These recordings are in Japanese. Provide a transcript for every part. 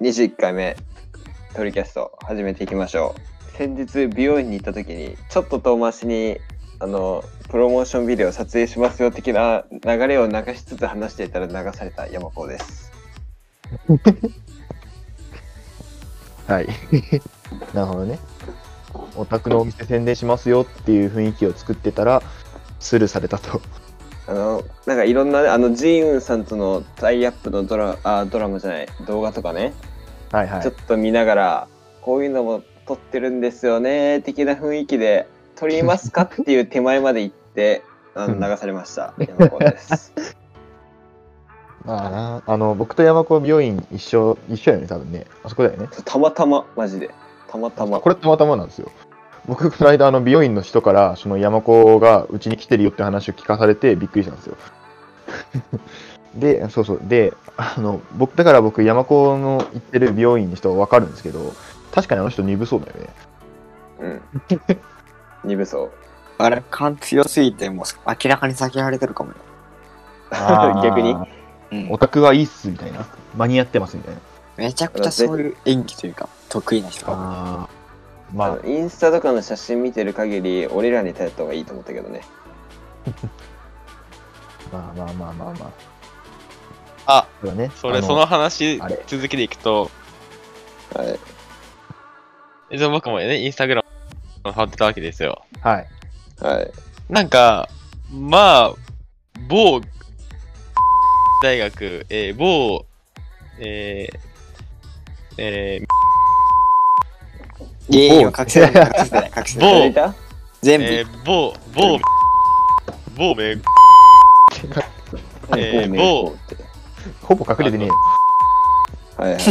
21回目トリキャスト始めていきましょう先日美容院に行った時にちょっと遠回しにあのプロモーションビデオ撮影しますよ的な流れを流しつつ話していたら流された山子ですはい。 なるほどね。お宅のお店宣伝しますよっていう雰囲気を作ってたら、スルーされたと。あのなんかいろんなねあのジーンウンさんとのタイアップのドラあドラマじゃない動画とかねはいはちょっと見ながら、こういうのも撮ってるんですよね、的な雰囲気で、撮りますかっていう手前まで行って、あのうん流されました。山子です。まあな、あの、僕と山子病院一緒、一緒やね、多分ね。あそこだよね。たまたま、マジで。たまたま。これたまたまなんですよ。僕、この間、あの、美容院の人から、その山子がうちに来てるよって話を聞かされて、びっくりしたんです よ。で、そうそう。で、あの、僕、だから僕、山子の行ってる美容院の人はわかるんですけど、確かにあの人鈍そうだよね。 うん。鈍そう。あれ、感強すぎて、もう明らかに避けられてるかもよ。逆に。うんオタクはいいっすみたいな間に合ってますみたいなめちゃくちゃそういう演技というか、得意な人が。あああまのインスタとかの写真見てる限り、俺らに頼った方がいいと思ったけどね。あまあまあまあまあまああ、そうだねそれ、あその話あれ、続きでいくと、はい。えその僕もね、インスタグラム貼ってたわけですよ。はいはい。なんか、まあ、某、大学、えー某、えーえーいえいえ、隠せない、隠せない、隠せない。某誰だ全え部、ー某、某、某名、えー某名校って。ほぼ隠れてねえよはいはい。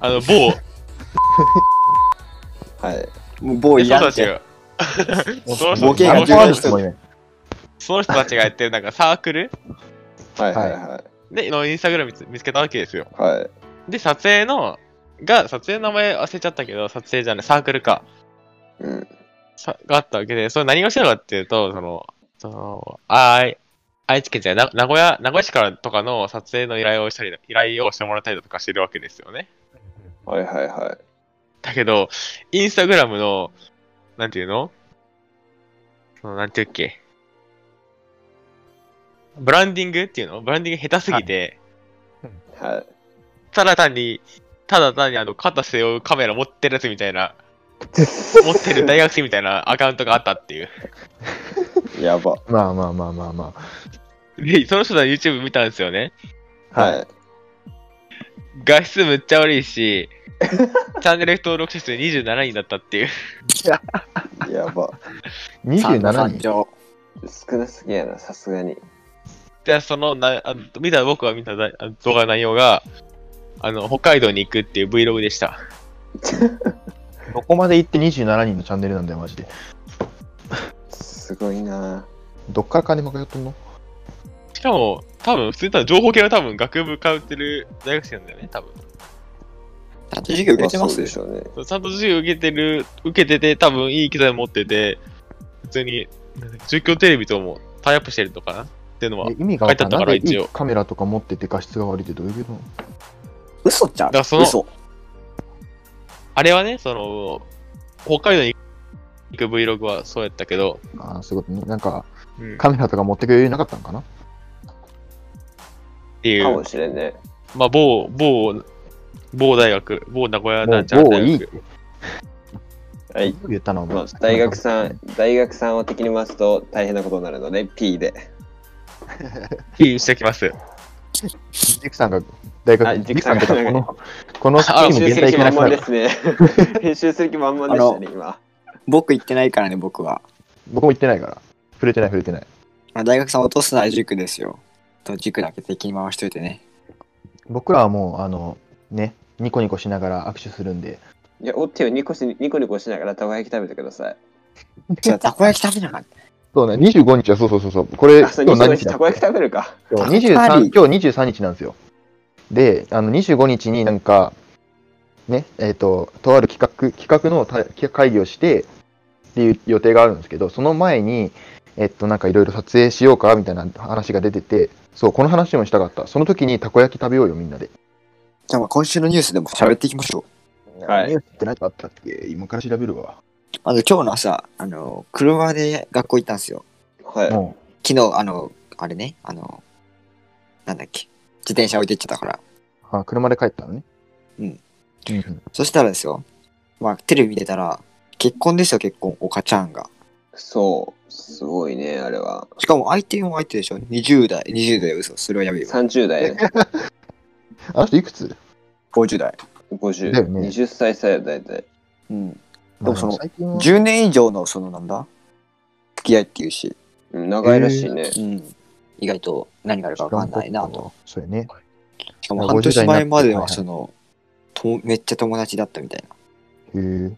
あの、 某、はい。もう某い人らんたっちて。が、 その人ボケがあたのちパワー重要のな人人もいないその人たちがやってるなんかサークルはい はいはい。で、のインスタグラム見つけたわけですよ。はい。で、撮影の、が、撮影の名前忘れちゃったけど、撮影じゃない、サークルか。うん。さがあったわけで、それ何をしてるかっていうと、その、その、あい愛知県じゃないな名古屋、名古屋市からとかの撮影の依頼をしたり、依頼をしてもらったりだとかしてるわけですよね。はいはいはだけど、インスタグラムの、なんていうのその、なんていうっけ。ブランディングっていうのブランディング下手すぎて、い。はい。ただ単に、ただ単にあの、肩背負うカメラ持ってるやつみたい な、持ってる大学生みたいなアカウントがあったっていう。やば。まあまあまあまあまで、その人の YouTube 見たんですよね。あはい。画質むっちゃ悪いし、 チャンネル登録者数27人だったっていう。 やば。 27人人。少なすぎやな、さすがに。で、そのなあ、見た、僕が見ただあ動画の内容が、あの、北海道に行くっていう Vlog でした。どこまで行って27人のチャンネルなんだよマジですごいなどっから金もかかってんのしかも、多分、普通に多分情報系の多分、学部通ってる大学生なんだよね、多分。ちゃんと授業受けてまあそうすでしょうね。そうちゃんと授業受けてる、受けてて、多分いい機材持ってて、普通に、なんだっけ中京テレビともタイアップしてるのかなっていうのは。えだ意味が分かんな書いなんいてあったからでい一応いカメラとか持ってて画質が悪いってどういうこと嘘ちゃうからその嘘。あれはね、その、北海道に行く Vlog はそうやったけど、ああそういうことねなんかうんカメラとか持ってくれなかったのかなっていかうも、しれんね。まあ、某、某、某大学、某名古屋もなんうちゃらもうい大いっ学。てはい。言ったのまあ、大学さん、大学さんを敵に回すと大変なことになるので、P で。いいしてきます。ジクさんが大あ学ジジククささんんがとか このこのスキー編も集現する気代系な満人々だかでらすね。 編集する気満々でしたね、今。僕行ってないからね、僕は。僕も行ってないから触れてない触れてないあ大学さん落とすなら塾ですよ。と塾だけ敵に回しといて ね。僕らはもうあのねニコニコしながら握手するんでいや、おってよ、ニコしニコニコしながらたこ焼き食べてください。じゃあ、たこ焼き食べなかった。そうね25日はそうそうそうそうこれあ、今そう、ニ日コ何ニ日コだたこ焼き食べるか。今き日23今日23日なんですよであの25日になんかねえっ、ととある企画企画のた企画会議をしてっていう予定があるんですけどその前にえっとなんかいろいろ撮影しようかみたいな話が出ててそうこの話もしたかったその時にたこ焼き食べようよみんなでじゃあまあ今週のニュースでも喋っていきましょう。はいニュースって何かあったっけ今から調べるわ。あの、今日の朝、あの、車で学校行ったんですよ。はい。も昨日、あの、あれね、あの、なんだっけ、自転車置いてっちゃったから。う、あ車で帰ったのね。うんうんうん。そしたらですよ、まあ、テレビ見てたら、結婚ですよ、結婚、おかちゃんが。そう。すごいね、あれは。しかも相手も相手でしょ、20代、20代、嘘、それはやめよう。 30代、ね、あの人いくつ50代。 50、だよね20歳差や、大体。うん。まあその最近は10年以上の、その、なんだ付き合いっていうし、うん長いらしいね。うん。意外と何があるかわかんないなと。。そうやね。しかも半年前までは、その、とめっちゃ友達だったみたいな。へえ。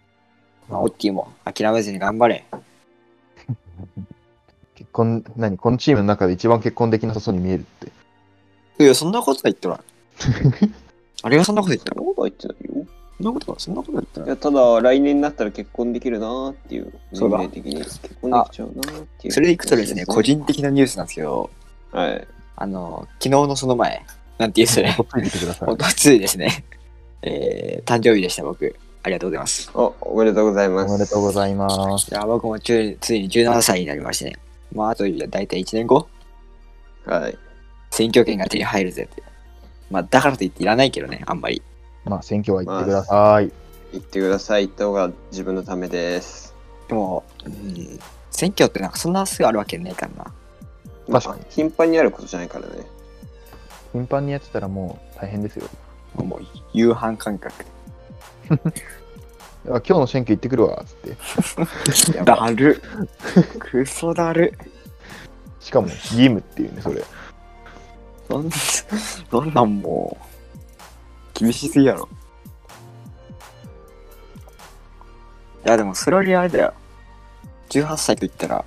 まあ、オッキーも諦めずに頑張れ。結婚、何このチームの中で一番結婚できなさそうに見えるって。いや、そんなことは言って ない。あれがそんなこと言ったそのんなことは言ってないよ。そんなことは、そんなことは言っていなや、ただ、来年になったら結婚できるなーっていう。そうだ年齢的に。結婚できちゃうなーっていい。う。それでいくとですね、個個人。人的なニュースなんですけど、はい。あの、昨日のその前、なんて言うんですよねほっと いてください本。当ついですね。えー、誕生日でした、僕。ありがとうございます。お、おめでとうございます。おめでとうございます。いや、僕もちゅついに17歳になりましてね。まあ、あと、だいたい1年後、はい。選挙権が手に入るぜって。まあ、だからといっていらないけどね、あんまり。まあ、選挙は行ってください。言ってください。とが自分のためです。でも、うん、選挙ってなんかそんなすぐあるわけないからな。確かにまあ頻繁にあることじゃないからね。頻繁にやってたらもう大変ですよ。もう、夕飯感覚。いや今日の選挙行ってくるわ、つって。だる。クソだる。しかも、義務っていうね、それ。そんな、 そんなんもう、厳しすぎやろ。いや、でもそれよりあれだよ。18歳と言ったら、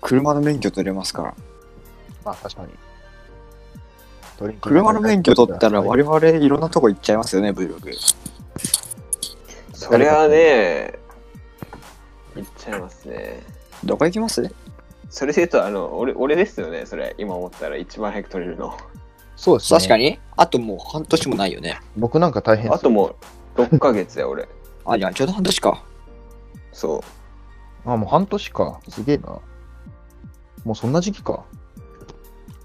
車の免許取れますから。まあ、確かに。ドリンク車の免許取ったら我々いろんなとこ行っちゃいますよね、Vlog。そりゃあね、言っちゃいますね。どこ行きますそれで言うと、あの、俺、俺ですよね、それ。今思ったら一番早く取れるの。そうですね。確かに。あともう半年もないよね。僕なんか大変あともう6ヶ月や、俺。あ、じゃあちょうど半年か。そあ、もう半年か。すげえな。もうそんな時期う、か。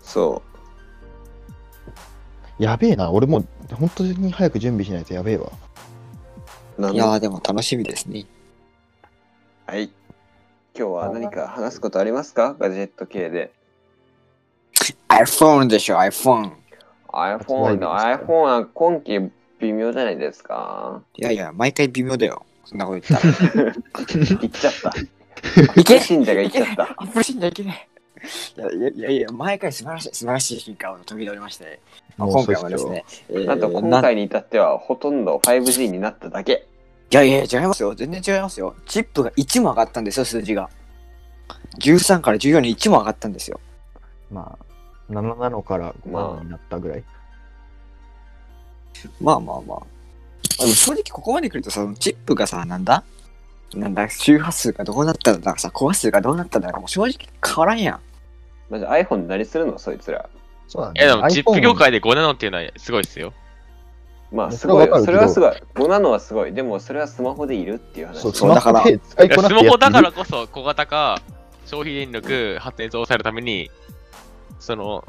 そやべえな。俺もう本当に早く準備しないとやべえわ。う。なんいでやーでも楽しみですね。はい。今日は何か話すことありますかガジェット系で。 iPhone でしょ、iPhone。 iPhone の発売日ですか iPhone は今期微妙じゃないですかいやいや、毎回微妙だよ。そんなこと言ったら。行っちゃった。いけ信者が行っちゃった。アップル信者いけない。 いやいやいやいや、毎回素晴らしい、素晴らしい進化を遂げておりまして、まあ、もう今そうっ回はすですよ。ね、えーなんと今なんい回に至ってはほとんど 5G になっただけ。やいやいや、違いますよ。全然違いますよ。チップが1も上がったんですよ、数字が。13から14に1も上がったんですよ。まあ、7なのから5まあになったぐらい。まあまあまあ。でも正直ここまで来るとさ、そのチップがさ、なんだなんだ、周波数がどうなったんだとかさ、コア数がどうなったんだとか、もう正直変わらんやん。マジ iPhone 何するのそいつら。そうなんえ、でもチップ業 iPhone 界で5ナノっていうのはすごいですよ。まあいやすごいよ。そそれれははわすかごい。5ナノはすごい。でもそれはスマホでいるっていう話。そう、スそうマだかホらで使いいやこなスくマてやホってだるからこそ小型化、消費電力発電増されるために、その、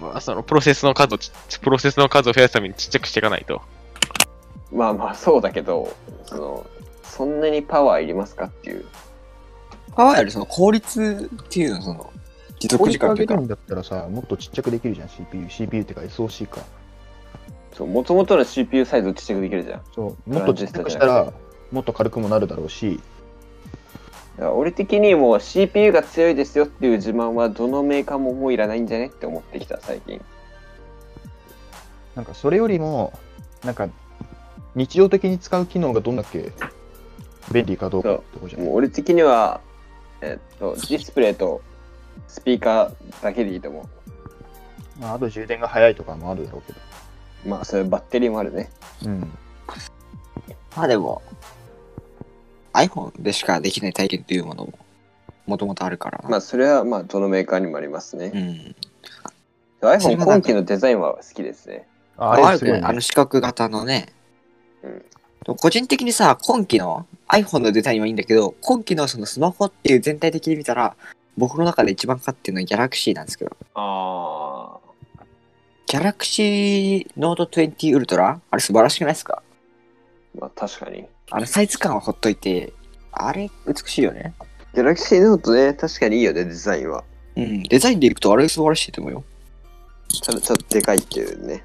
まあそのプロセスの数をち、プロセスの数を増やすためにちっちゃくしていかないと。まあまあそうだけど、その、そんなにパワーいりますかっていう。パワーよりその効率っていうの、その、持こ続れ時か間といけうるかん。だったらさ、もっとちっちゃくできるじゃん、CPU。CPU ってか SOC か。そう、もともとの CPU サイズをちっちゃくできるじゃん。そう、もっとちっちゃくしたトランジスタじゃなら、もっと軽くもなるだろうし、だから俺的にもう CPU が強いですよっていう自慢はどのメーカーももういらないんじゃねって思ってきた最近なんかそれよりも、なんか日常的に使う機能がどんだけ便利かどうかってことじゃなもいう俺的にはえっとディスプレイとスピーカーだけでいいと思まあ、あと充電が早いとかもあるだろうけど。うまあそれバッテリーもあるねうん。まあでも、iPhone でしかできない体験というものも、もともとあるからな。まあそれはまあどのメーカーにもありますうね、ん。そ iPhone れはなん今か期のデザインは好きですねあああれるすごいね、あねの。四角型のねうん。個人的にさ、今期の iPhone のデザインはいいんだけど、今期のそのスマホっていう全体的に見たら、僕の中で一番勝ってるのはギャラクシーなんですけど、あギャラクシーノート20ウルトラあれ素晴らしくないですかー、まあ確かに。あのサイズ感はほっといて、あれ美しいよね。ギャラクシーノートね、確かにいいよね、デザインは。うん、デザインでいくとあれ素晴らしいと思うよ。ただちょっとでかいっていうね。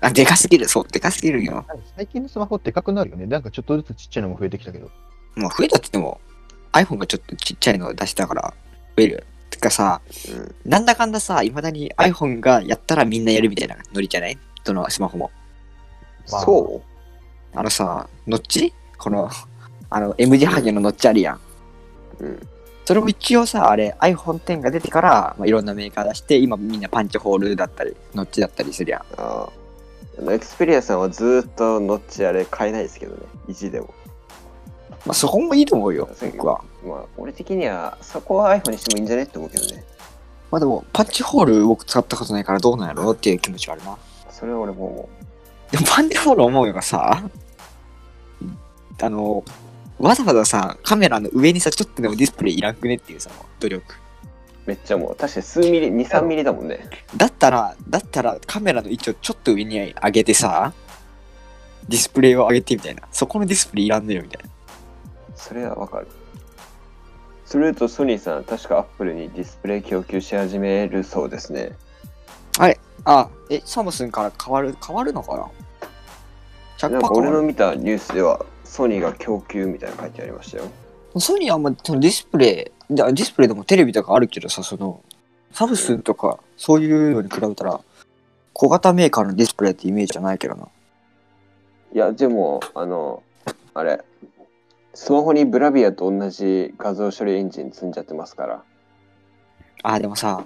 あ、でかすぎる、そう、でかすぎるよ。最近のスマホでかくなるよね。なんかちょっとずつちっちゃいのも増えてきたけど。もう増えたって言っても、iPhone がちょっとちっちゃいのを出したから、増える。てかさ、うん。なんだかんださ、いまだに iPhone がやったらみんなやるみたいなノリじゃないどのスマホも。まあそあのさ、ノッチこの、 あの、M 字ハゲのノッチあるやん。ううん。それも一応さ、あれ、iPhone10 が出てから、まあ、いろんなメーカー出して、今みんなパンチホールだったり、ノッチだったりするやん。ああ。エクスペリアさんはずーっとノッチあれ買えないですけどね、意地でも。まあ、そこもいいと思うよ、僕は。まあ、俺的にはそこは iPhone にしてもいいんじゃねって思うけどね。まあでも、パンチホール僕使ったことないからどうなんやろうっていう気持ちはあるな。それは俺も思でもパンチホール思うのがさ、あの、わざわざさ、カメラの上にさ、ちょっとでもディスプレイいらんくねっていうさ、努力。う。めっちゃもう、確かに数ミリ、2、3ミリだもんね。だったら、だったらカメラの位置をちょっと上に上げてさ、ディスプレイを上げてみたいな。そこのディスプレイいらんねよみたいな。それはわかる。それとソニーさん、確かアップルにディスプレイ供給し始めるそうですね。あ、え、サムスンから変わる、変わるのかなな ?100% んか変俺わのる見たニュースでは、ソニーが供給みたいなの書いてありましたよ。ソニーはあんまそのディスプレイ、だディスプレイでもテレビとかあるけどさ、その、サムスンとかそういうのに比べたら、小型メーカーのディスプレイってイメージじゃないけどな。いや、でも、あの、あれ、スマホにブラビアと同じ画像処理エンジン積んじゃってますから。あ、でもさ、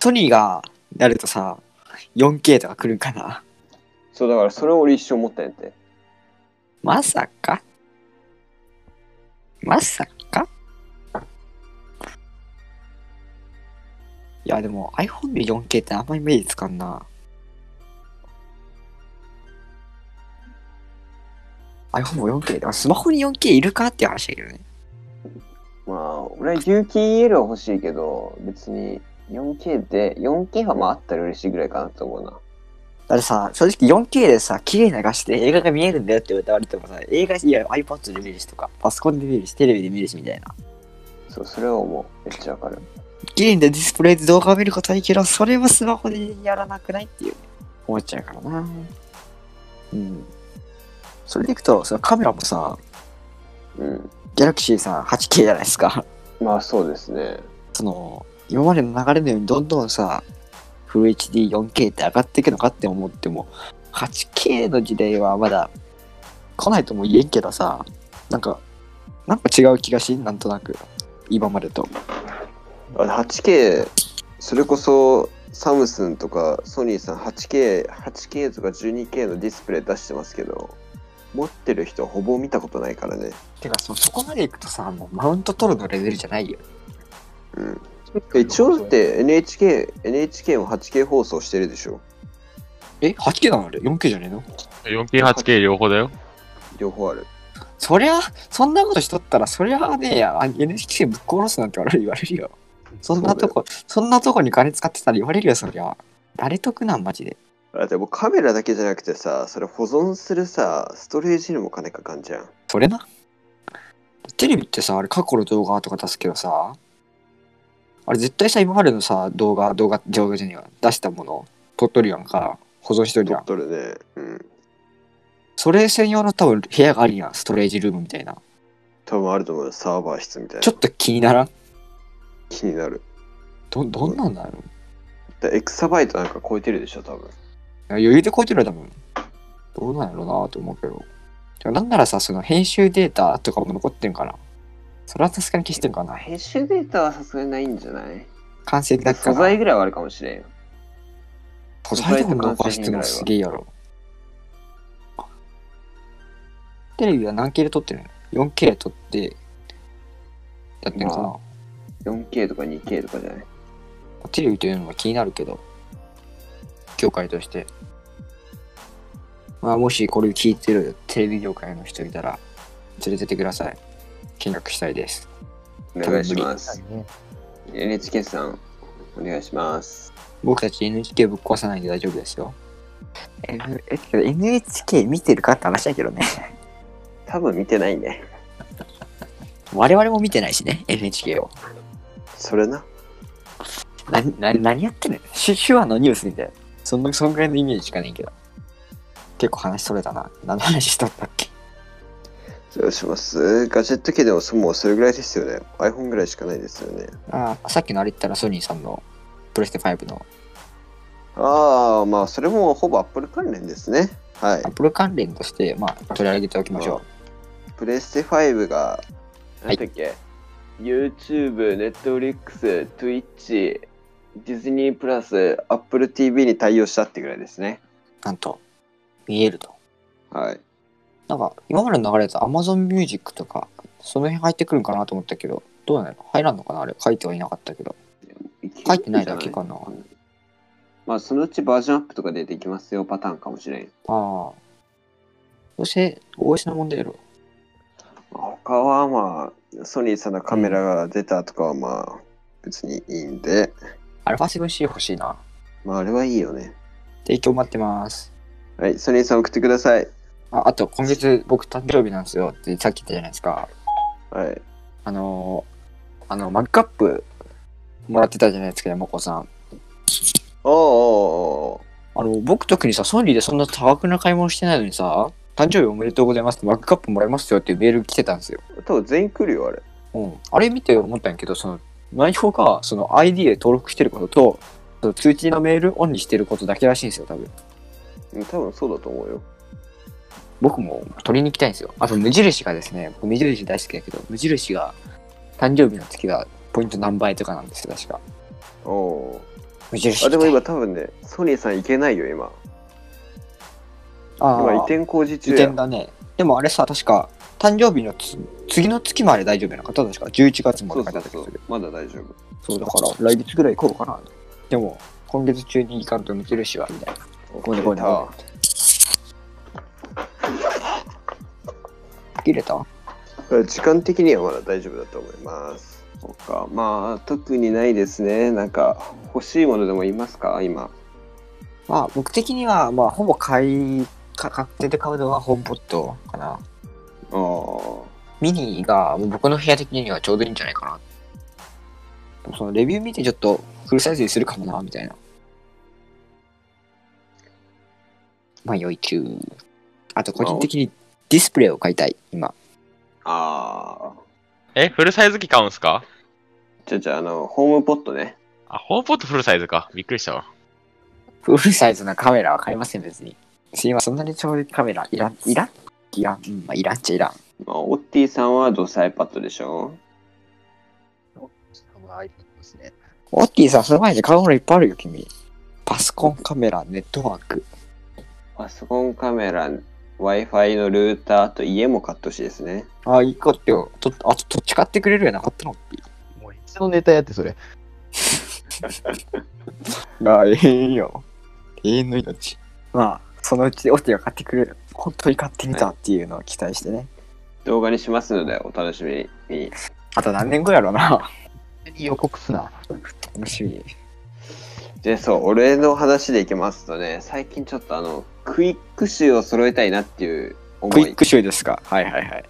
ソニーがやるとさ、4K とか来るんかな。そう、だからそれを俺一生思ったんやって。まさかまさかいやでも iPhone で 4K ってあんまり目につかんな iPhone も 4K だスマホに 4K いるかっていう話だけどねまあ、俺は有機 EL は欲しいけど、別に 4K で、4K はまああったら嬉しいぐらいかなと思うな。だってさ正直 4K でさ綺麗な画質で映画が見えるんだよって言われてもさ映画いや iPad で見るしとかパソコンで見るしテレビで見るしみたいなそう、それは思う。めっちゃわかる。綺麗なディスプレイで動画を見ることはいいけど、それはスマホでやらなくないっていう、思っちゃうからな。うん。それでいくと、そのカメラもさ、うん。ギャラクシーさん 8K じゃないですか。まあそうですね。その、今までの流れのようにどんどんさ、フル HD、4K って上がっていくのかって思っても、8K の時代はまだ来ないとも言えんけどさ、なんか、なんか違う気がしん、なんとなく。今までと。あれ 8K、それこそサムスンとかソニーさん 8K、8K とか 12K のディスプレイ出してますけど、持ってる人はほぼ見たことないからね。てか、そのそこまでいくとさ、もうマウント取るのレベルじゃないよ。うん。一応だって NHK、NHK も 8K 放送してるでしょ。え 8K なのあれ ?4K じゃねえの 4K、8K 両方だよ。両方ある。そりゃ、そんなことしとったら、そりゃね、あ NHK ぶっ殺すなんて言われるよ。そんなとこ、そんなとこに金使ってたら言われるよ、そりゃ。誰得なん、マジで。あでもカメラだけじゃなくてさ、それ保存するさ、ストレージにも金かかんじゃん。それな。テレビってさ、あれ過去の動画とか出すけどさ、あれ絶対さ、今までのさ、動画、動画、上下には出したもの、撮っとるやんか、保存しとる取やんっ。とるね。うん。それ専用の多分部屋があるやん、ストレージルームみたいな。多分あると思うよサーバー室みたいちょなっ。と気にならん気になる。ど、どんなんだろうだエクサバイトなんか超えてるでしょ、多分。余裕で超えてるよ多分どうなんやろうなと思うけどてかなんならさその編集データとかも残ってんかなそれはさすがに消してんかな編集データはさすがにないんじゃない完成だけか素な材ぐらいはあるかもしれんよ。素材でも残してんのすげえやろテレビは何 K で撮ってるの ?4K で撮ってやってるのかな、ま 4K とか 2K とかじゃないテレビというのは気になるけど業界としてまあ、もしこれ聞いてるテレビ業界の人いたら、連れてってください。見学したいです。お願いします。ね NHK さん、お願いします。僕たち NHK ぶっ壊さないんで大丈夫ですよ。え、けど NHK 見てるかって話だけどね。多分見てないね。 我々も見てないしね、NHK を。それな。な、な、何やってんの手手話のニュースみたいな。そんな、そんぐらいのイメージしかねえけど。結構話それたな。何の話しとったっけどうしますガジェット系でもそもうそれぐらいですよね。iPhone ぐらいしかないですよね。ああ、さっきのあれ言ったらソニーさんのプレステ5のああ、まあそれもほぼ Apple 関連ですね。はいア。ップル関連として、まあ、取り上げておきましょプレステ5が、いなんだっけ、YouTube、Netflix、Twitch、ディズニープラス、Apple TV に対応したってぐらいですね。う。なんと、見えると。はい。なんか、今までの流れだと Amazon Music とか、その辺入ってくるんかなと思ったけど、どうなの入らんのかなあれ、書いてはいなかったけど。書いてないだけかな。まあそのうちバージョンアップとか出てきますよパターンかもしれん。ああ。そして、OS の問題やろ。他はまあソニーさんのカメラが出たとかはまあ別にいいんで、 α7C 欲しいな。まああれはいいよね。提供待ってます。はい、ソニーさん送ってください。ああと、今月僕誕生日なんですよってさっき言ったじゃないですか。はい。あのー、あの、マグカップもらってたじゃないですか、山子さん。おーおーおあの、僕特にさ、ソニーでそんな多額な買い物してないのにさ、誕生日おめでとうございますってマグカップもらえますよっていうメール来てたんですよ。ー多分全員来るよあれ。うん。あれ見て思ったんやけど、その、内容が、その ID で登録してることと、その通知のメールオンにしてることだけらしいんですよ、多分。うん多分そうだと思うよ。僕も取りに行きたいんですよ。あと無印がですね、僕無印大好きだけど、無印が誕生日の月がポイント何倍とかなんですよ、確か。おお無印ー。あでも行今き多分ねソニーさん行けないよ今。たいあ今移ー転工事移中や。転だね。でもあれさ、確か誕生日のつ次の月まで大丈夫なのか、確か11月まそでう書いてそあうそった気がすうる。。まだ大丈夫。そうだから来月ぐらい行こうかな。でも今月中に行かんと無印はみたいな。ごめんごめんご切れた時間的にはまだ大丈夫だと思います。そうか、まあ特にないですね。なんか欲しいものでも言いますか今。まあ僕的には、まあほぼ買い、か確定で買うのはホームポットかな。ああ。ミニがもう僕の部屋的にはちょうどいいんじゃないかな。でもそのレビュー見てちょっとフルサイズにするかもな、みたいな。まあ、良い中。あと、個人的にディスプレイを買いたい、今。ああ。え、フルサイズ機買うんすかじゃあじゃああのホームポットね。あ、ホームポットフルサイズか。びっくりしたわ。フルサイズなカメラは買いません、別に。今、そんなにちょうどいいカメラ、いらん、いらんいらん、うんまあ、いらんっちゃいらん。まあオッティさんはどうせ iPad でしょ。オッティさん、その前に買うものいっぱいあるよ、君。パソコン、カメラ、ネットワーク。パソコンカメラ、Wi-Fi のルーターと家も買ってほしいですね。あ、いいかってよ。と、あと、どっち買ってくれるよなかったのもういつのネタやってそれあ、永遠よ。永遠の命。まあ、そのうちオティが買ってくれる。本当に買ってみたっていうのを期待してね。動画にしますのでお楽しみに。あと何年後やろうな。予告すな楽しみ。でそう俺の話でいきますとね最近ちょっとあのクイック集を揃えたいなっていう思クイいック集ですか。はいはいはい。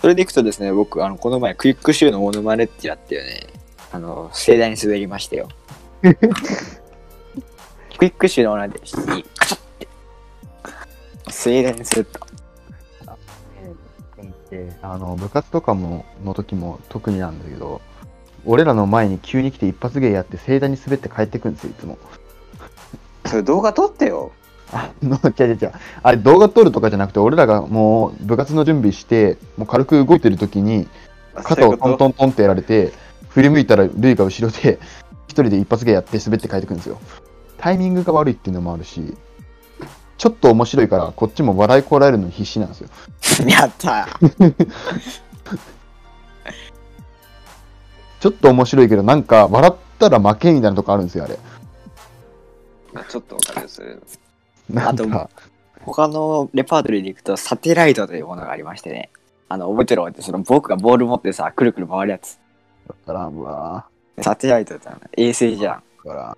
それでいくとですね、僕、あの、この前、クイック集のモノマネってやってね、あの、盛大に滑りました よ。クイック集のモノマネで、カチャって。 盛大に滑った。あの部活とかもの時も特になんだけど俺らの前に急に来て一発芸やって盛大に滑って帰ってくんですよいつも それ動画撮ってよあの違う違う違うあれ動画撮るとかじゃなくて俺らがもう部活の準備してもう軽く動いてる時にあそうい肩うをことトントントンってやられて振り向いたらルイが後ろで一人で一発芸やって滑って帰ってくるんですよタイミングが悪いっていうのもあるしちょっと面白いからこっちも笑いこらえるのに必死なんですよやったちょっと面白いけどなんか笑ったら負けみたいなとこあるんですよあれあちょっとわかるそれなんあとか他のレパートリーで行くと、サテライトというものがありましてね。あの、覚えてる覚えてるその僕がボール持ってさ、くるくる回るやつ。だから、うわサテライトってあの衛星じゃん。ーだか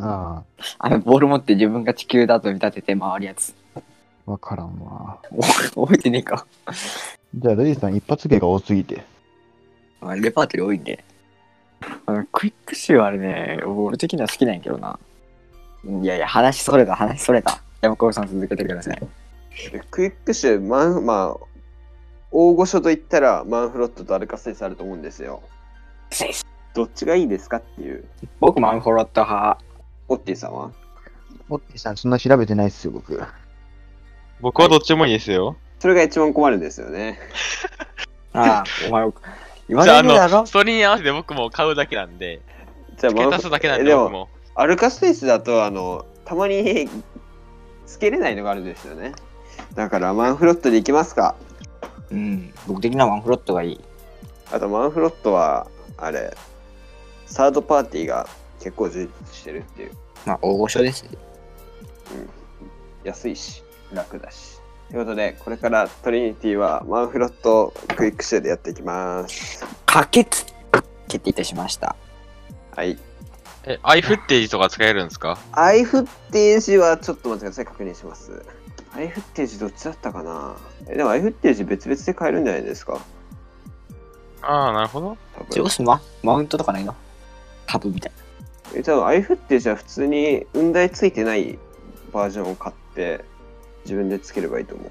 ら、ああの、ボール持って自分が地球だと見立てて回るやつ。あ、わからんわ。覚えてねえか。じゃあ、ルイさん、一発芸が多すぎて。まあレパートリー多いんで。あの、クイックシューはあれね、俺的には好きなんやけどな。いやいや、話それた、話それた。山川さん続けてください。でクイックシュマンまあ大御所と言ったらマンフロットとアルカセイスあると思うんですよどっちがいいですかっていう僕、マンホロット派。オッティさんはおってさん、そんな調べてないっすよ、僕。僕はどっちもいいですよ。それが一番困るんですよねああ、お 前、言わじゃあ、れあるだろの、それに合わせて僕も買うだけなんで、じゃあ付マンけ足フすだけなんえで、で僕もも。アルカセイスだとあのたまにつけれないのがあるんですよねだからマンフロットでいきますかうん、僕的にはマンホロットがいい。あとマンフロットはあれサードパーティーが結構充実してるっていうまあ、大御所です。安いし楽だしということでこれからトリニティはマンフロットクイックシェアでやっていきます可決決定いたしました。はいえ、アイフッテージとか使えるんですかアイフッテージはちょっと待ってください確認しますアイフッテージどっちだったかなえでもアイフッテージ別々で買えるんじゃないですかああ、なるほど。多ジョ分ースママウントとかないのハブみたいえ多分アイフッテージは普通に雲台ついてないバージョンを買って自分でつければいいと思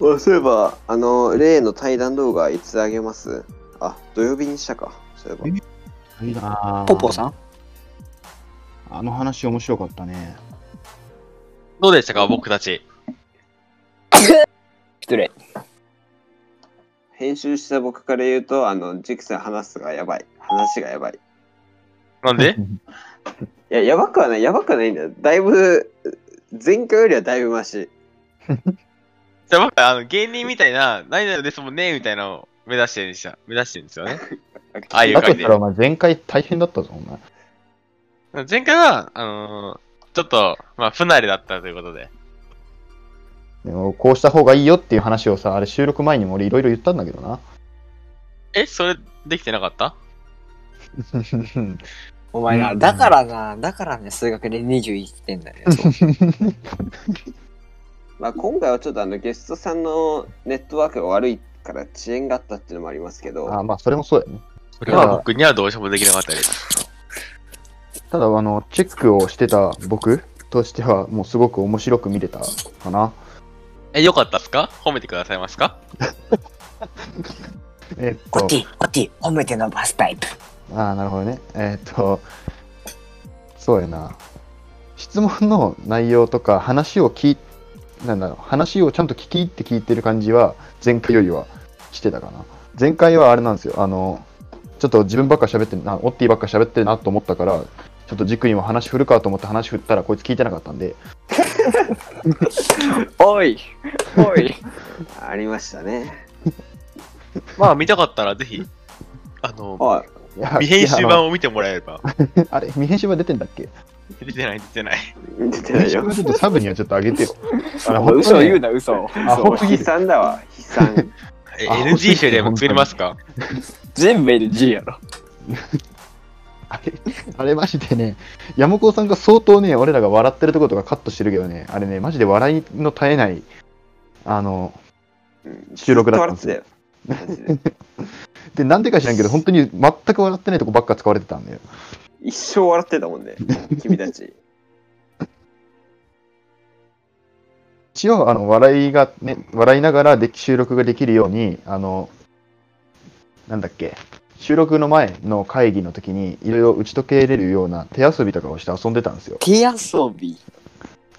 うあそういえばあの例の対談動画いつあげますあ土曜日にしたかそういえばな。あポッポさんあの話面白かったね。どうでしたか、僕たち。失礼。編集した僕から言うと、あの、ジクさん話すがやばい。話がやばい。なん でいや、やばくはない。やばくはないんだよ。だいぶ、前回よりはだいぶマシ。じゃあ僕はあの芸人みたいな、何々ですもんね、みたいなのを目指してるんでした。目指してるんですよね。ああいうだと感しじたら、お前、前回大変だったぞ、お前。前回は、あのーちょっと、まあ、不慣れだったということで。でも、こうした方がいいよっていう話をさ、あれ、収録前にも俺、いろいろ言ったんだけどな。え、それ、できてなかったお前な、うんだからな、だからね、数学で21点だよ。まあ、今回はちょっとあの、ゲストさんのネットワークが悪いから遅延があったっていうのもありますけど、 あまあ、それもそうだよね。それは僕にはどうしようもできなかったです。ただ、あの、チェックをしてた僕としては、もうすごく面白く見れたかな。え、よかったっすか褒めてくださいますかえっオとテ、ィ、オティ、褒めて伸ばすタイプ。ああ、なるほどね。えっと、そうやな。質問の内容とか、話を聞い、なんだろう、話をちゃんと聞き入って聞いてる感じは、前回よりはしてたかな。前回はあれなんですよ、あの、ちょっと自分ばっか喋ってるな、オッティばっか喋ってるなと思ったから、ちょっと軸にも話振るかと思って話振ったら、こいつ聞いてなかったんで、おい、おい。ありましたね。まあ、見たかったらぜひ、あの、はい。いや未編いや集あの版を見てもらえれば。あれ、未編集版出てんだっけ出てない、出てない。出て未な編い集よ 版。ちょっとサブにはちょっと上げてよ。あれもう嘘を言うな。な、嘘を。あ、そう、本当に悲惨だわ。悲惨。えあ NG 集でも作りますか全部 LG やろ。あれ、あれマジでね、山子さんが相当ね、俺らが笑ってるとことかカットしてるけどね、あれね、マジで笑いの絶えない、あの、うん 収録だったんでずすと笑よってたよ。マジでで、なんでか知らんけど、本当に全く笑ってないとこばっか使われてたんだよ。一生笑ってたもんね。君た ち。一応、あの、笑いがね、笑いながらでき収録ができるように、あの、なんだっけ、収録の前の会議の時に、いろいろ打ち解けれるような手遊びとかをして遊んでたんですよ。手遊び。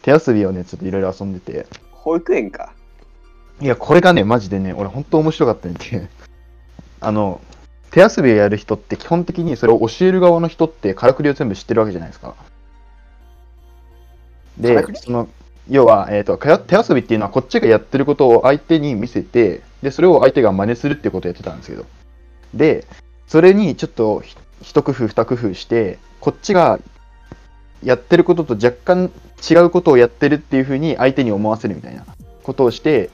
手遊びをね、ちょっといろいろ遊んでて、保育園か。いや、これがね、マジでね、俺、本当面白かったん で、あの、手遊びをやる人って、基本的にそれを教える側の人って、からくりを全部知ってるわけじゃないですか。からでくり、その、要は、えっ、と、かや手遊びっていうのは、こっちがやってることを相手に見せて、で、それを相手が真似するっていうことをやってたんですけど、で、それにちょっとひ、一工夫、二工夫して、こっちがやってることと若干違うことをやってるっていうふうに相手に思わせるみたいなことをして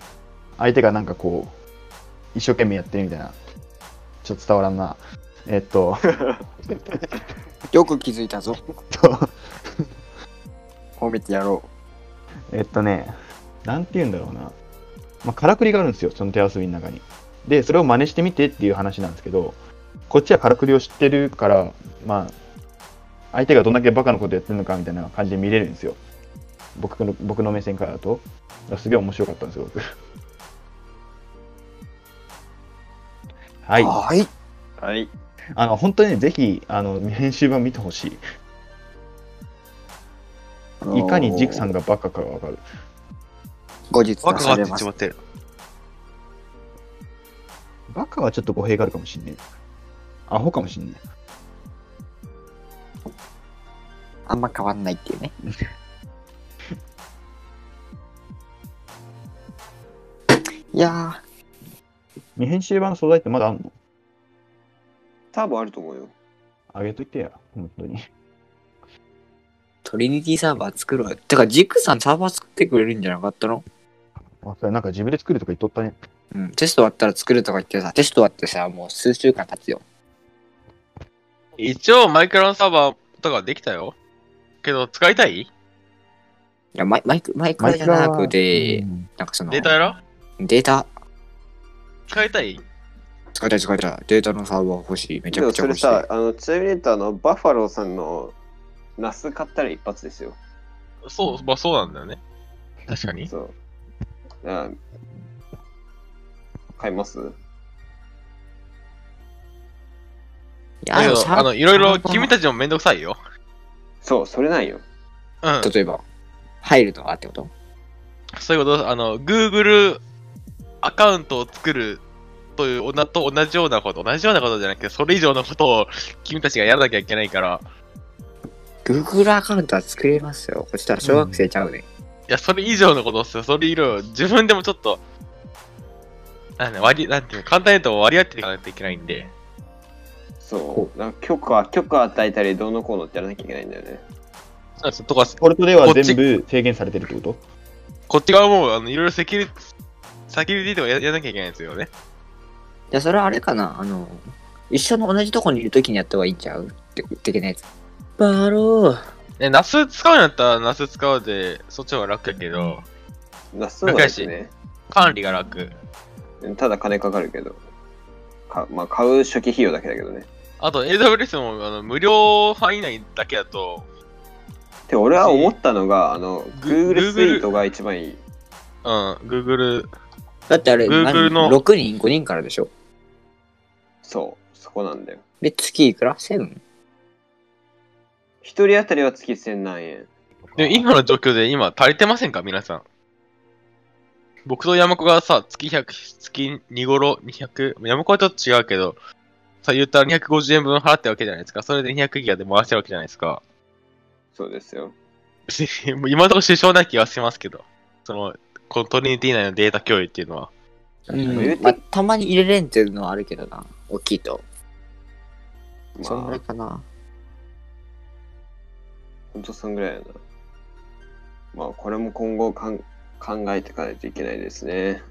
相手がなんかこう一生懸命やってるみたいなちょっと伝わらんなえっと よく気づいたぞ。と褒めてやろえっとねなんて言うんだろうな、まあ、からくりがあるんですよその手遊びの中にでそれを真似してみてっていう話なんですけどこっちはからくりを知ってるからまあ相手がどんだけバカなことやってるのかみたいな感じで見れるんですよ僕の僕の目線からだとだからすげえ面白かったんですよ僕はう。いはい。はい。あの本当にねぜひあの編集版見てほしいいかにジクさんががバカかがわかる後日バ出さカがってれ言まっちすま。ってる。バカはちょっと語弊があるかもしんねえ。アホかもしんねあんま変わんないっていうね。 いやえ。未編集版の素材ってまだあんの多分あると思うよ。あげといてや、本当に。ー、トリニティサーバー作ろうよ。てか、ジクさんサーバー作ってくれるんじゃなかったのあ、それなんか自分で作るとか言っとったね。うん。テスト終わったら作るとか言ってさ、テスト終わってさ、もう数週間経つよ。一応、マイクロのサーバーとかできたよ。けど、使いたいいや、マイマイク、マイクラじゃなくて、なんかその、データやろデータ使いたい使いたい使いたい。データのサーバー欲しい。めちでゃもくちゃそれ欲しい。さ、あの、ちなみに言うと、あの、バッファローさんのナス買ったら一発ですよ。そう、まあそうなんだよね。確かに。そう。あ買いますいやだけでもサーど、あの、いろいろ君たちもめんどくさいよ。そう、それなんよ。うん。例えば、入るとかってことそういうこと、あの、Google アカウントを作るという女と同じようなこと、同じようなことじゃなくて、それ以上のことを君たちがやらなきゃいけないから、 ?Google アカウントは作れますよ。こっちは小学生ちゃうね。いや、それ以上のことをする、それ以上、自分でもちょっと、なんだ割り、なんていうの、簡単に言うと割り当てていかないといけないんで、そう。なんか許可、許可与えたり、どうのこうのってやらなきゃいけないんだよね。そうですとか、ポルトではこっち全部制限されてるってことこっち側も、あの、いろいろセキュリティ、セキュリティとかややらなきゃいけないんですよね。じゃあそれはあれかなあの、一緒の同じとこにいるときにやった方がいいんちゃうって的なやつ。バロー。ね、ナス使うんだったらナス使うで、そっちの方が楽だけど、ナスなんですね。管理が楽。ただ金かかるけど。かまあ、買う初期費用だけだけどね。あと AWS もあの無料範囲内だけだと、で、俺は思ったのが、あの、Google Google スイートが一番いい。うん、Google、だってあれ、 Google の何6人、5人からでしょそう、そこなんだよ。で、月いくら ?7? 一人当たりは月1000何円。で今の状況で今足りてませんか皆さん。僕と山子がさ、月100、月2頃200、山子はちょっと違うけど、さ、言ったら250円分払ってるわけじゃないですか。それで200ギガで回してるわけじゃないですか。そうですよ。別に もう今のところ支障ない気はしますけど、その、このトリニティ内のデータ共有っていうのは。言うてまあ、たまに入れれんっていうのはあるけどな。大きいと。そんぐまらいあ、かな。ほんとそんぐらいやな。まあ、これも今後かん考えていかないといけないですね。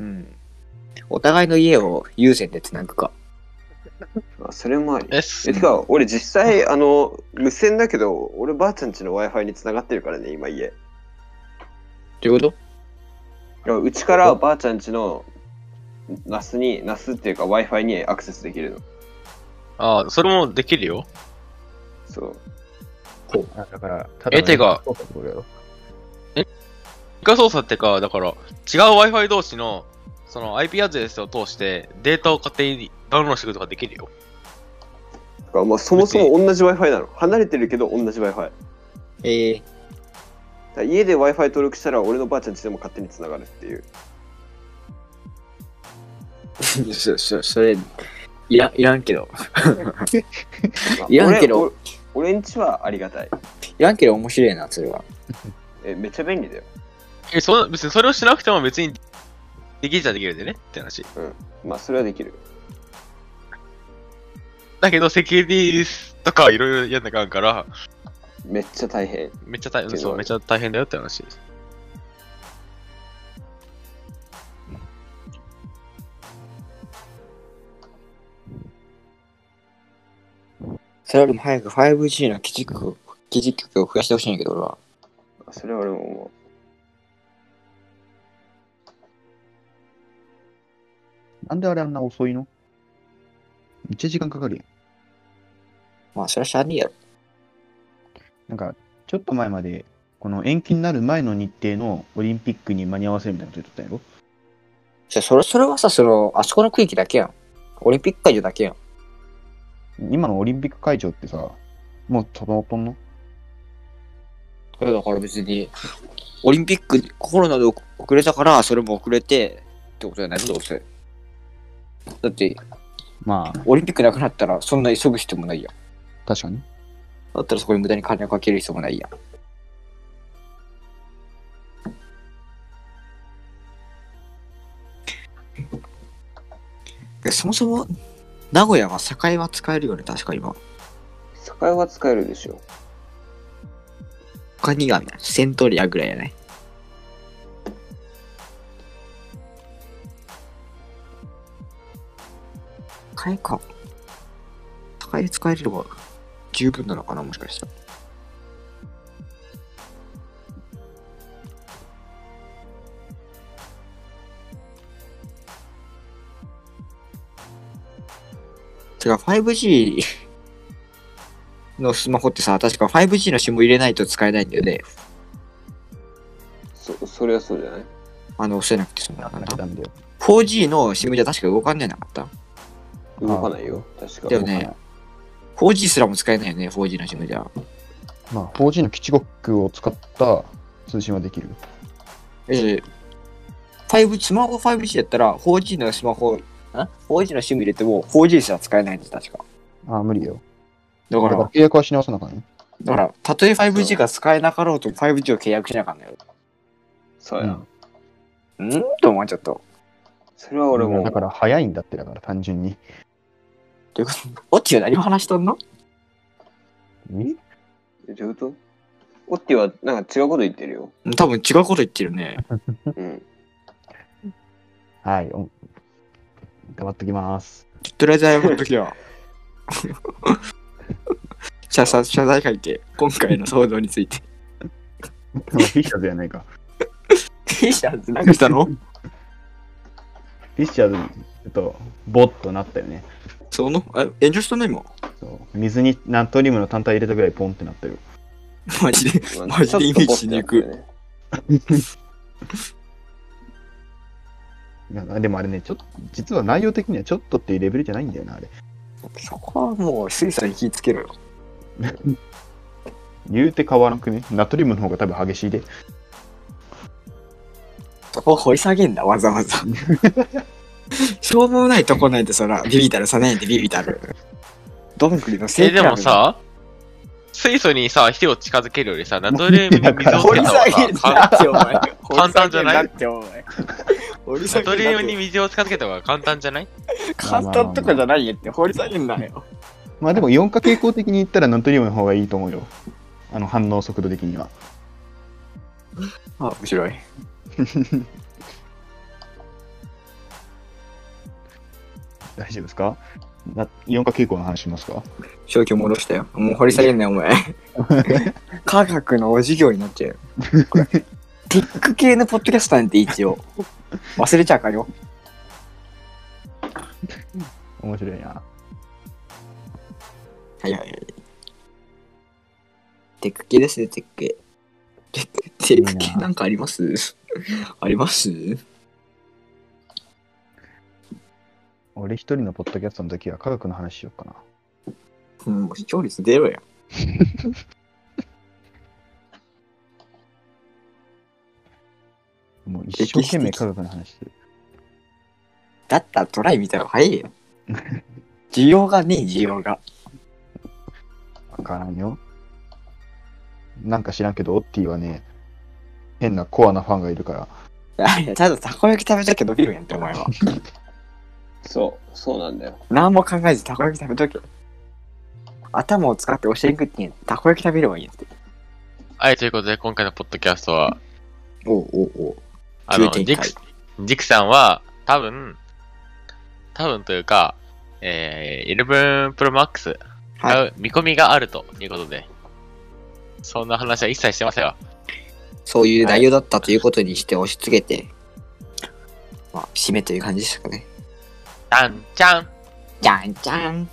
うん。お互いの家を有線で繋ぐか。まあ、それもあり。え、すえ、てか、俺実際、あの、無線だけど、俺ばあちゃんちの Wi-Fi に繋がってるからね、今家。どういうこといやうちからばあちゃんちのナスに、ナスっていうか Wi-Fi にアクセスできるの。ああ、それもできるよ。そう。あだから、たえてかそうかこれやろ一回操作ってか、だから、違う Wi-Fi 同士の、その IP アドレスを通して、データを勝手にダウンロードしていくことができるよ。だからまあ、そもそも同じ Wi-Fi なの。離れてるけど同じ Wi-Fi。だかええら家で Wi-Fi 登録したら、俺のばあちゃんちでも勝手に繋がるっていう。ー。 そ、そ、それ、いらん、いらんけど。まあいらんけど俺俺俺んちはありがたい。いらんけど面白いな、それは。え、めっちゃ便利だよ。え、そん別にそれをしなくても別に、できるじゃできるんでねって話。まあ、それはできる。だけど、セキュリティとかいろいろやんなきゃあかんから、めっちゃ大変。めっちゃ大け変、どそう、めっちゃ大変だよって話です。それよりも早く 5G の基地局を、基地局を増やしてほしいんやけど、俺は。それは俺も思なんであれあんな遅いのめっちゃ時間かかるやん。まあ、それはしゃあねえやろ。なんか、ちょっと前まで、この延期になる前の日程のオリンピックに間に合わせるみたいなこと言っとったんやろそれ、それそれはさ、その、あそこの区域だけやん。オリンピック会場だけやん。今のオリンピック会場ってさ、もう整っとんのいやだから別に、オリンピック、コロナで遅れたから、それも遅れて、ってことじゃないのどうせ。だって、まあ、オリンピックなくなったら、そんな急ぐ必要もないやん。確かに。だったらそこに無駄に金をかける必要もないやん。えそもそも、名古屋は境は使えるよね、確か今。う。境は使えるでしょ。他にがセントリアぐらいやね。高いか。高いで使えるのが十分なのかな、もしかしたら。てか 5G のスマホってさ、確か 5G の SIM を入れないと使えないんだよね。そ、それはそうじゃないあの、そうじゃなくて、その、なんだダメだよ。 4G の SIM じゃ確か動かんねえなかった動かないよ。確かだよね。4G すらも使えないよね、4G の SIM じゃ。まあ、4G の基地局を使った通信はできる。ええ。5G、スマホ 5G だったら、4G のスマホ、ん ?4G の SIM 入れても、4G すら使えないんです、確か。ああ、無理よ。だかだからら、契約はし直さなあかんね。だから、たとえ 5G が使えなかろうと、5G を契約しなあかんのよ。そうや、うんんーと思っちゃった。それは俺もだから早いんだってだから単純に。オッチは何を話しとんのえどういうことオッティはなんか違うこと言ってるよ。うん多分違うこと言ってるね。うん。はい。お頑張ってきます。とりあえず謝っとき よ。謝罪謝罪会見、今回の騒動について。フィッシャーズやないか。いいじゃん、何かしたのフィッシャーズ、ちょっと、ボッとなったよね。その、あ炎上したね、今。そう水にナトリウムの単体入れたぐらいポンってなったよ。マジで。 まマジでイメージしにくいちょっとボッてなったよねいやでもあれね、ちょっと、実は内容的にはちょっとっていうレベルじゃないんだよな、あれ。そこはもう、水産に気ぃつけろよ。言うて変わらなくね。ナトリウムの方が多分激しいで。そこを掘り下げんだ、わざわざ。 しょうもないとこないと、そら、ビビたるさないんでビビたる。どんぐりのせえ、いでも、さ、水素にさ、火を近づけるよりさ、ナトリウムに水をつけた方掘り下げんがなか、 って、お前。簡単じゃない掘り下げんって、お前。掘り下ナトリげんウなムっにて水を近づけた方が簡単じゃない簡単とかじゃないよって、掘り下げんなよ。まあでも、4化傾向的に言ったらナトリウムの方がいいと思うよ。あの、反応速度的には。あ、面白い。大丈夫ですかな4化傾向の話しますか正気を戻したよ。もう掘り下げんなよ、お前。科学のお授業になっちゃうよ。これテック系のポッドキャスターなんて一応。忘れちゃうかよ。面白いな。はいはいはい。テック系ですね、テック系。テックテック系なんかありますあります俺一人のポッドキャストの時は科学の話しようかな。もう視聴率ゼロやん。もう一生懸命科学の話してる。だったらトライ見たら早いよ。需要がねえ、需要が。わからんよ。なんか知らんけど、オッティはね、変なコアなファンがいるから。いやいや、ただたこ焼き食べとけ伸びるやんって、お前は。そう、そうなんだよ。何も考えずたこ焼き食べとけ。頭を使って教えにくってんやんたこ焼き食べればいいんやって。はい、ということで、今回のポッドキャストは、おうおうおうあの、急展開ジク、ジクさんは、多分、多分というか、えー、11 Pro Max 買う見込みがあるということで、そんな話は一切してませんよ。そういう内容だったということにして押し付けて、まあ、締めという感じですかね。じゃんじゃんじゃんじゃん。